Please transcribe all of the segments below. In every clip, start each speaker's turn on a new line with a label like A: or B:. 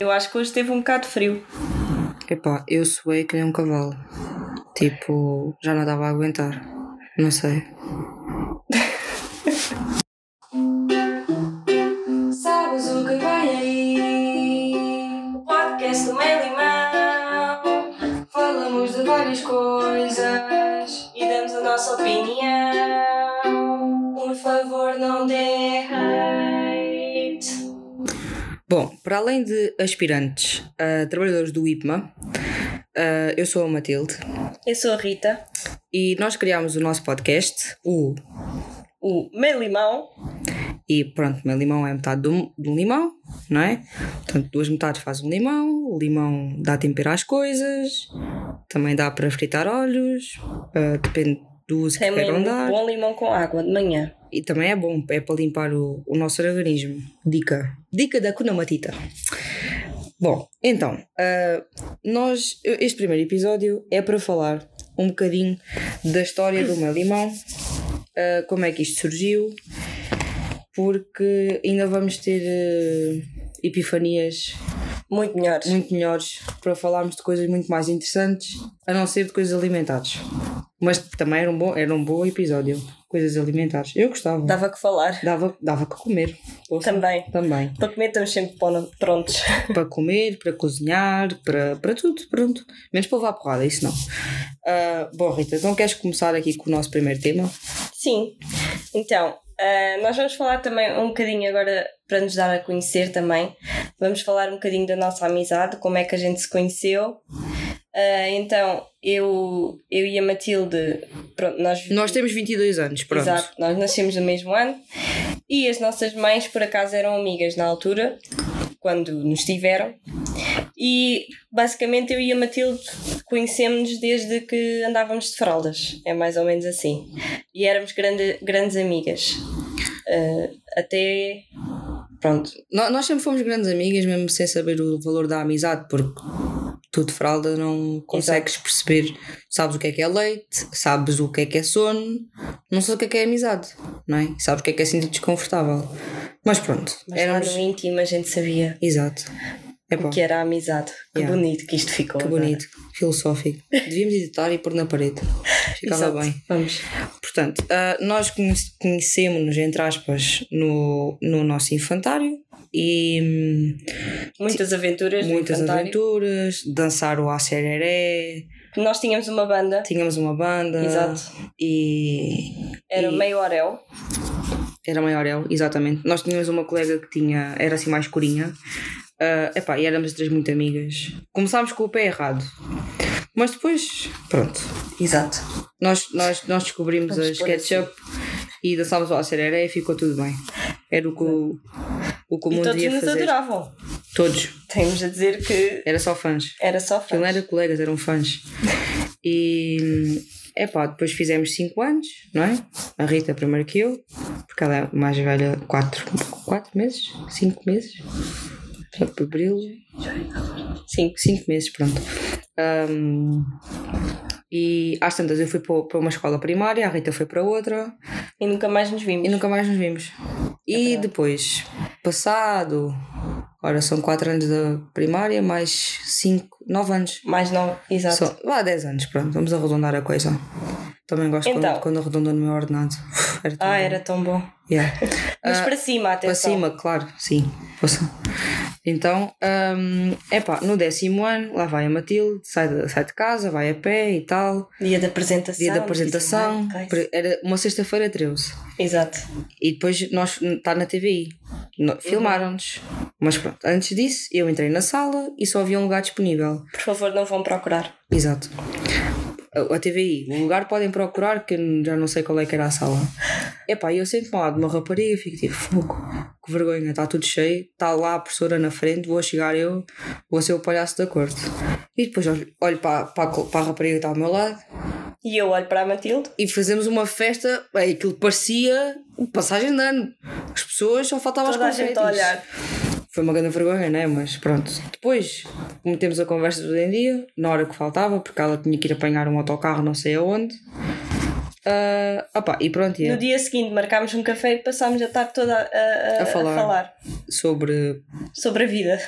A: Eu acho que hoje teve um bocado frio.
B: Epá, eu suei que nem um cavalo. Tipo, já não dava a aguentar. Não sei.
A: Sabes o que vai aí? O podcast do Melimão. Falamos de várias coisas e damos a nossa opinião. Por favor, não dê hate.
B: Bom, para além de aspirantes a trabalhadores do IPMA, ah, eu sou a Matilde
A: Eu sou a Rita,
B: e nós criámos o nosso podcast, o
A: o Melimão.
B: E pronto, meu limão é metade de um, de um limão, não é? Portanto, duas metades faz um limão, o limão dá tempero às coisas, também dá para fritar olhos, ah, depende do uso que
A: Tem
B: queiram
A: um
B: dar.
A: bom limão com água de manhã.
B: E também é bom, é para limpar o, o nosso organismo. Dica. Dica da Kunamatita. Bom, então, ah, nós, este primeiro episódio é para falar um bocadinho da história do meu limão, ah, como é que isto surgiu, porque ainda vamos ter ah, epifanias
A: Muito melhor.
B: muito melhores para falarmos de coisas muito mais interessantes, a não ser de coisas alimentares. Mas também era um bom, era um bom episódio, coisas alimentares. Eu gostava.
A: Dava que falar.
B: Dava, dava para comer. Ouça,
A: Também.
B: Também.
A: Para comer estamos sempre pon- prontos.
B: para comer, para cozinhar, para, para tudo, pronto. Menos para levar porrada, isso não. Ah, bom, Rita, então queres começar aqui com o nosso primeiro tema?
A: Sim, então ah, nós vamos falar também um bocadinho agora para nos dar a conhecer também. Vamos falar um bocadinho da nossa amizade, como é que a gente se conheceu. Ah, então eu, eu e a Matilde, pronto, nós,
B: Nós temos 22 anos, pronto.
A: Exato, nós nascemos no mesmo ano e as nossas mães por acaso eram amigas na altura, quando nos tiveram. E basicamente eu e a Matilde conhecemos-nos desde que andávamos de fraldas, é mais ou menos assim. E éramos grande, grandes amigas. Ah, até. Pronto,
B: No- Nós sempre fomos grandes amigas, mesmo sem saber o valor da amizade, porque tu de fralda não consegues perceber. Sabes o que é que é leite, sabes o que é que é sono, não sabes o que é que é amizade, não é? Sabes o que é que é sentir desconfortável. Mas pronto,
A: mas
B: éramos.
A: lá no íntimo a gente sabia
B: Exato. É
A: o
B: bom,
A: que era a amizade. Que
B: Yeah.
A: bonito que isto ficou. é?
B: que
A: agora.
B: bonito, filosófico. Devíamos editar e pôr na parede. Ficava
A: Exato.
B: bem.
A: Vamos.
B: Portanto, ah, nós conhecemos-nos, entre aspas, no, no nosso infantário e. hum,
A: Muitas aventuras, no
B: muitas
A: infantário.
B: aventuras, dançar o acereré,
A: Nós tínhamos uma banda,
B: tínhamos uma banda
A: Exato.
B: e
A: era meio Orel.
B: era maior eu, exatamente. Nós tínhamos uma colega que tinha, era assim mais corinha. Ah, epá, e éramos três muito amigas. Começámos com o pé errado. Mas depois, pronto.
A: Exato.
B: Nós, nós, nós descobrimos
A: Vamos
B: a
A: pôr assim.
B: SketchUp e dançámos o acereré e ficou tudo bem. Era o que o, o, que o
A: E
B: mundo
A: todos
B: ia
A: nos
B: fazer.
A: adoravam.
B: Todos.
A: Temos a dizer que
B: Era só fãs.
A: era só
B: Aquilo
A: fã.
B: não era colegas, eram fãs. E é pá, depois fizemos 5 anos, não é? A Rita primeiro que eu, porque ela é mais velha 4 quatro meses, 5 meses. Já para abril,
A: Sim.
B: 5 meses, pronto. Ahm, e às tantas eu fui para para uma escola primária, a Rita foi para outra
A: E nunca mais nos
B: e
A: vimos.
B: nunca mais nos vimos. E depois, passado, ora são 4 anos da primária, mais 5, 9 anos.
A: Mais não, exato.
B: Só, vá, 10 anos, pronto, vamos arredondar a coisa. Também gosto
A: Então.
B: quando, quando arredondam no meu ordenado. Era tão
A: Ah,
B: bom.
A: era tão bom.
B: Yeah.
A: Mas
B: Ah,
A: para cima,
B: Para
A: atenção.
B: cima, claro, sim. Posso. Então, é epá, no décimo ano, lá vai a Matilde, sai de, sai de casa, vai a pé e tal.
A: Dia da apresentação.
B: Dia da apresentação,
A: dizem, "Ai,
B: pre- era uma sexta-feira 13.
A: que- Exato.
B: E depois nós está na TVI. No-
A: Uhum.
B: Filmaram-nos. Mas pronto, antes disso, eu entrei na sala e só havia um lugar disponível.
A: Por favor, não vão procurar.
B: Exato. A a TVI, o lugar podem procurar, que eu já não sei qual é que era a sala. Epá, eu sento-me ao lado de uma rapariga e fico tipo, fogo, que vergonha, está tudo cheio, está lá a professora na frente, vou chegar eu, vou ser o palhaço da corte. E depois olho, olho para, para, a co- para a rapariga que está ao meu lado
A: E eu olho para a Matilde.
B: e fazemos uma festa, bem, aquilo parecia passagem de ano. As pessoas só faltavam
A: Toda a
B: as
A: gente a olhar.
B: foi uma grande vergonha, né? Mas pronto. Depois, como temos a conversa do dia em dia, na hora que faltava, porque ela tinha que ir apanhar um autocarro não sei aonde, Ah, opá, e pronto,
A: No
B: é
A: dia seguinte marcámos um café e passámos a tarde toda a, a-
B: A falar.
A: a falar
B: sobre.
A: sobre a vida.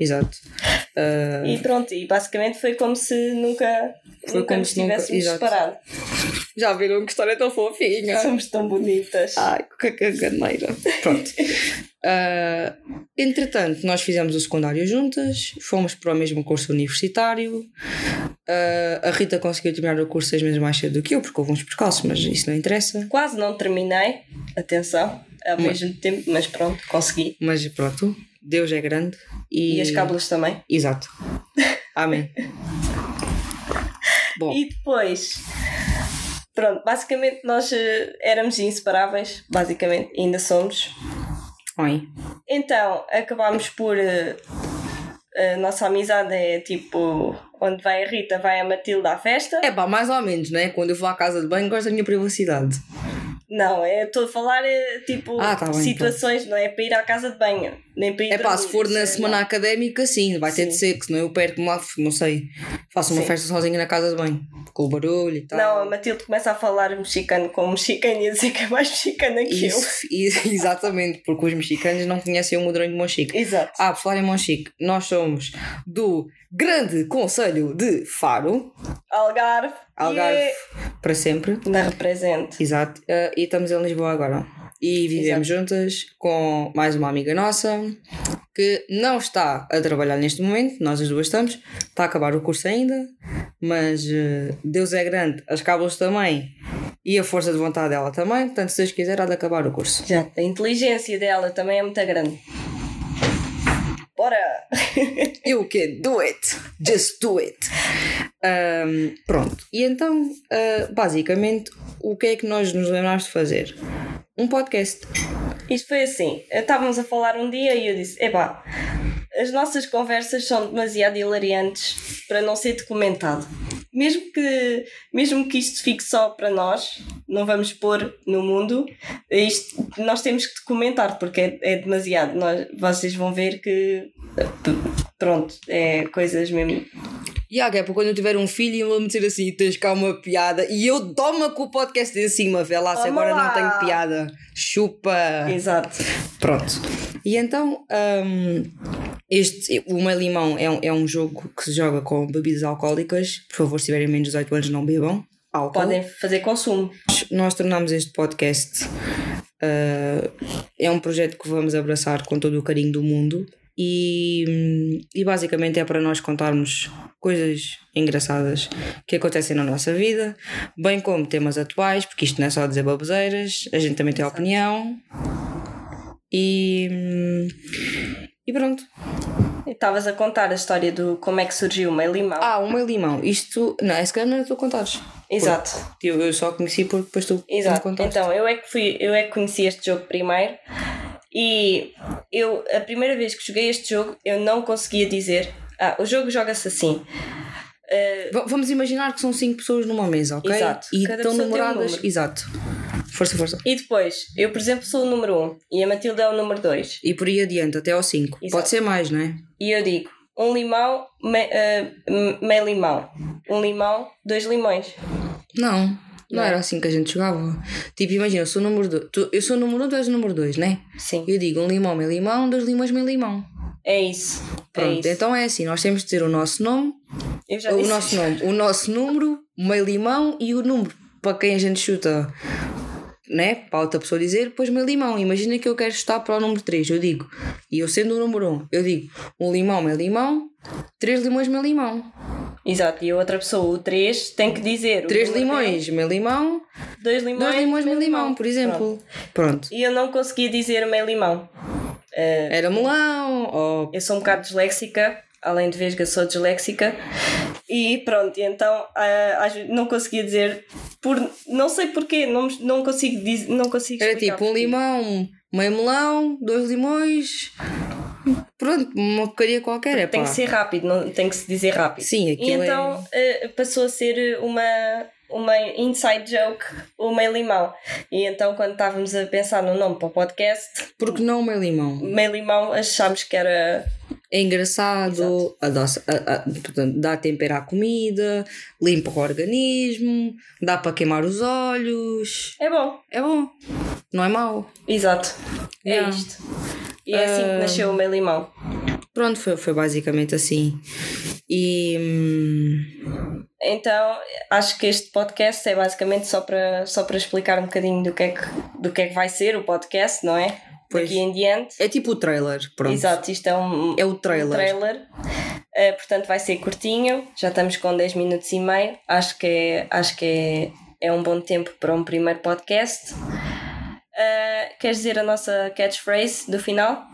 B: Exato. Ah,
A: E pronto, e basicamente foi como se nunca,
B: Foi
A: nunca
B: como
A: nos
B: se nunca-
A: tivéssemos
B: exato. É.
A: separado.
B: já viram que história tão fofinha?
A: Somos tão bonitas.
B: Ai, que caganeira. Pronto. Ah, entretanto, nós fizemos o secundário juntas, fomos para o mesmo curso universitário. Ah, a Rita conseguiu terminar o curso seis meses mais cedo do que eu, porque houve uns percalços, mas isso não interessa.
A: Quase não terminei, atenção, ao
B: Hum.
A: mesmo tempo, mas pronto, consegui.
B: Mas pronto, Deus é grande.
A: E,
B: E,
A: as cábulas também.
B: Exato. Amém. Bom,
A: E depois, pronto, basicamente nós eh, éramos inseparáveis, basicamente, ainda somos.
B: bem.
A: Então, acabámos por. eh, a nossa amizade é tipo. Onde vai a Rita, vai a Matilda à festa.
B: É pá, mais ou menos, né? Quando eu vou à casa de banho, gosto da minha privacidade.
A: Não, eu estou a falar eh, tipo
B: Ah, tá bem,
A: situações, não é para ir à casa de banho, nem para ir
B: É pá,
A: dormir,
B: se for na
A: isso é-
B: semana académica, sim, vai ter de
A: Sim.
B: ser, que senão eu perco-me lá, não sei. Faço uma
A: Sim.
B: festa sozinha na casa de banho, com o barulho e tal.
A: Não, é a Matilde começa a falar mexicano com mexicano e a dizer que é mais mexicana que
B: Isso, e- exatamente, porque os mexicanos não conhecem o modrão de Monchique.
A: eu. Exato.
B: Ah, por falar em Monchique, nós somos do Grande Conselho de Faro,
A: Algarve.
B: Algarve
A: e- é
B: para sempre.
A: Na represente.
B: Exato. Eh, e estamos em Lisboa agora. E vivemos juntas com mais uma amiga nossa que não está a trabalhar neste momento, nós as duas estamos, está a acabar o curso ainda, mas eh, Deus é grande, as cábulas também e a força de vontade dela também, portanto, se Deus quiser, há de acabar o curso.
A: Exato. A inteligência dela também é muito grande. Bora!
B: You can do it, just do it. Ahm, pronto, e então, ah, basicamente, o que é que nós nos lembramos de fazer? Um podcast.
A: Isto foi assim: estávamos a falar um dia e eu disse: Epá, as nossas conversas são demasiado hilariantes para não ser documentado. Mesmo que, mesmo que isto fique só para nós, não vamos pôr no mundo, eh, isto, nós temos que documentar porque é, é demasiado. Nós, vocês vão ver que. p- Pronto, é coisas mesmo.
B: E yeah, que é para quando eu tiver um filho e ele me dizer assim, tens cá uma piada. E eu toma com o podcast em cima, vê lá, se
A: Toma
B: agora não
A: lá.
B: tenho piada. Chupa.
A: Exato.
B: Pronto. E então, hum, este, o meio limão é um, é um jogo que se joga com bebidas alcoólicas. Por favor, se tiverem menos de 18 anos, não bebam. Álcool.
A: Podem fazer consumo.
B: Nós, nós tornámos este podcast. ah, é um projeto que vamos abraçar com todo o carinho do mundo. E, hum, e basicamente é para nós contarmos coisas engraçadas que acontecem na nossa vida, bem como temas atuais, porque isto não é só dizer baboseiras, a gente também tem opinião. E, hum, e pronto.
A: Estavas a contar a história do como é que surgiu o meio limão.
B: Ah, o meu limão. Isto. Não, esse cara não era tu a contares.
A: Exato.
B: Eu, eu só conheci porque depois tu tu me
A: Exato.
B: contaste.
A: Então, eu é que fui, eu é que conheci este jogo primeiro. E eu a primeira vez que joguei este jogo, eu não conseguia dizer, ah, o jogo joga-se assim.
B: Va- Vamos imaginar que são cinco pessoas numa mesa, ok?
A: Exato.
B: E
A: Cada
B: estão
A: pessoa tem um
B: numeradas.
A: número.
B: Exato. Força, força.
A: E depois, eu por exemplo sou o número 1 um, e a Matilda é o número 2.
B: E por aí adiante, até ao 5.
A: Exato.
B: Pode ser mais, não é?
A: E eu digo, um limão, me, ah, m- meio limão. Um limão, dois limões.
B: Não.
A: Não.
B: Não,
A: é?
B: era assim que a gente jogava. Tipo, imagina, eu sou o número 2. Eu sou o número 1, um, tu és o número 2, né?
A: Sim.
B: Eu digo um limão, meu limão, dois limões, meu limão.
A: É isso.
B: Pronto,
A: é isso.
B: então é assim, nós temos de dizer o nosso nome,
A: Eu já
B: o
A: disse.
B: nosso nome, o nosso número, o meio limão e o número para quem a gente chuta, né? Para outra pessoa dizer, depois meio limão. Imagina que eu quero chutar para o número 3, eu digo, e eu sendo o número 1, eu digo um limão, meio limão, três limões, meio limão,
A: Exato. E a outra pessoa, o 3, tem que dizer. o
B: três
A: número
B: limões, meio limão,
A: dele, Dois limões.
B: dois limões, meio
A: meio
B: limão, por exemplo. Pronto,
A: E eu não conseguia dizer meio limão. Ah,
B: era melão ou.
A: eu sou um bocado disléxica, além de vesga sou disléxica. E pronto, e então ah, às vezes não conseguia dizer por não sei porquê, não, me- não consigo dizer, não consigo
B: Era
A: explicar
B: tipo um
A: porquê.
B: limão, meio melão, dois limões. Pronto, uma porcaria qualquer, é
A: Tem
B: pá.
A: que ser rápido, não tem que se dizer rápido.
B: Sim,
A: E
B: aquilo é.
A: então eh, passou a ser uma, uma inside joke, o meio limão. E então, quando estávamos a pensar no nome para o podcast,
B: Porque não o meio limão?
A: meio limão achámos que era
B: é engraçado,
A: Exato.
B: adoça- a- a- portanto, dá tempero à comida, limpa o organismo, dá para queimar os olhos.
A: É bom.
B: É bom, não é mau.
A: Exato. É
B: Yeah.
A: isto. E é assim que
B: Ah.
A: nasceu o meu limão.
B: Pronto, foi, foi basicamente assim. E. hum,
A: Então, acho que este podcast é basicamente só para só para explicar um bocadinho do que é que do que é que vai ser o podcast, não é?
B: Pois.
A: Daqui em diante.
B: é tipo o trailer, pronto.
A: Exato, isto é um
B: É o
A: um
B: trailer.
A: trailer. Uh, portanto, vai ser curtinho. Já estamos com 10 minutos e meio. Acho que é, acho que é, é um bom tempo para um primeiro podcast. Uh, queres dizer a nossa catchphrase do final?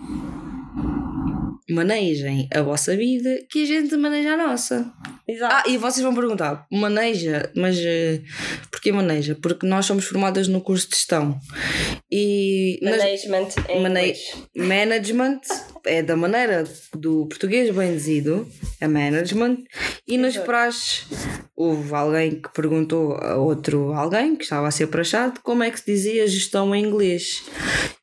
B: Manejem a vossa vida, que a gente maneja a nossa. Ah,
A: Exato.
B: e vocês vão perguntar, maneja, mas eh, porquê maneja? Porque nós somos formadas no curso de gestão e nas-
A: Management em
B: Mane-
A: inglês.
B: management é da maneira do português bem dizido, é management, e nas
A: Exato.
B: praxes houve alguém que perguntou a outro alguém que estava a ser praxado como é que se dizia gestão em inglês.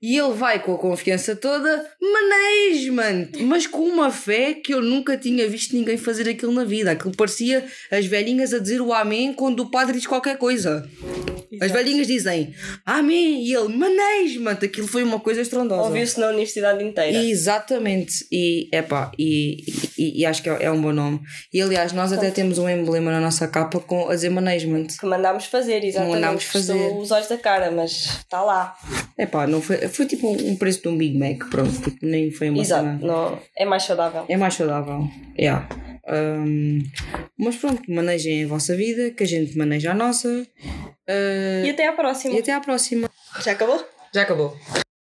B: E ele vai com a confiança toda, management, mas com uma fé que eu nunca tinha visto ninguém fazer aquilo na vida. Aquilo parecia as velhinhas a dizer o amém quando o padre diz qualquer coisa. As velhinhas dizem amém e ele management. Aquilo foi uma coisa estrondosa.
A: Ouviu-se na universidade inteira.
B: Exatamente, e epá, e, e, e acho que é é um bom nome. E aliás, nós até temos um emblema na nossa capa com a dizer management.
A: Que mandámos fazer, exatamente.
B: mandámos
A: Custou
B: fazer.
A: os olhos da cara, mas está lá.
B: Epá, não foi, foi tipo um preço de um Big Mac, pronto, tipo, nem foi uma
A: Exato.
B: cena.
A: Não, é mais saudável.
B: É mais saudável, yeah. Ahm, mas pronto, manejem a vossa vida, que a gente maneja a nossa. Ah,
A: E até à próxima.
B: e até à próxima.
A: Já acabou?
B: Já acabou.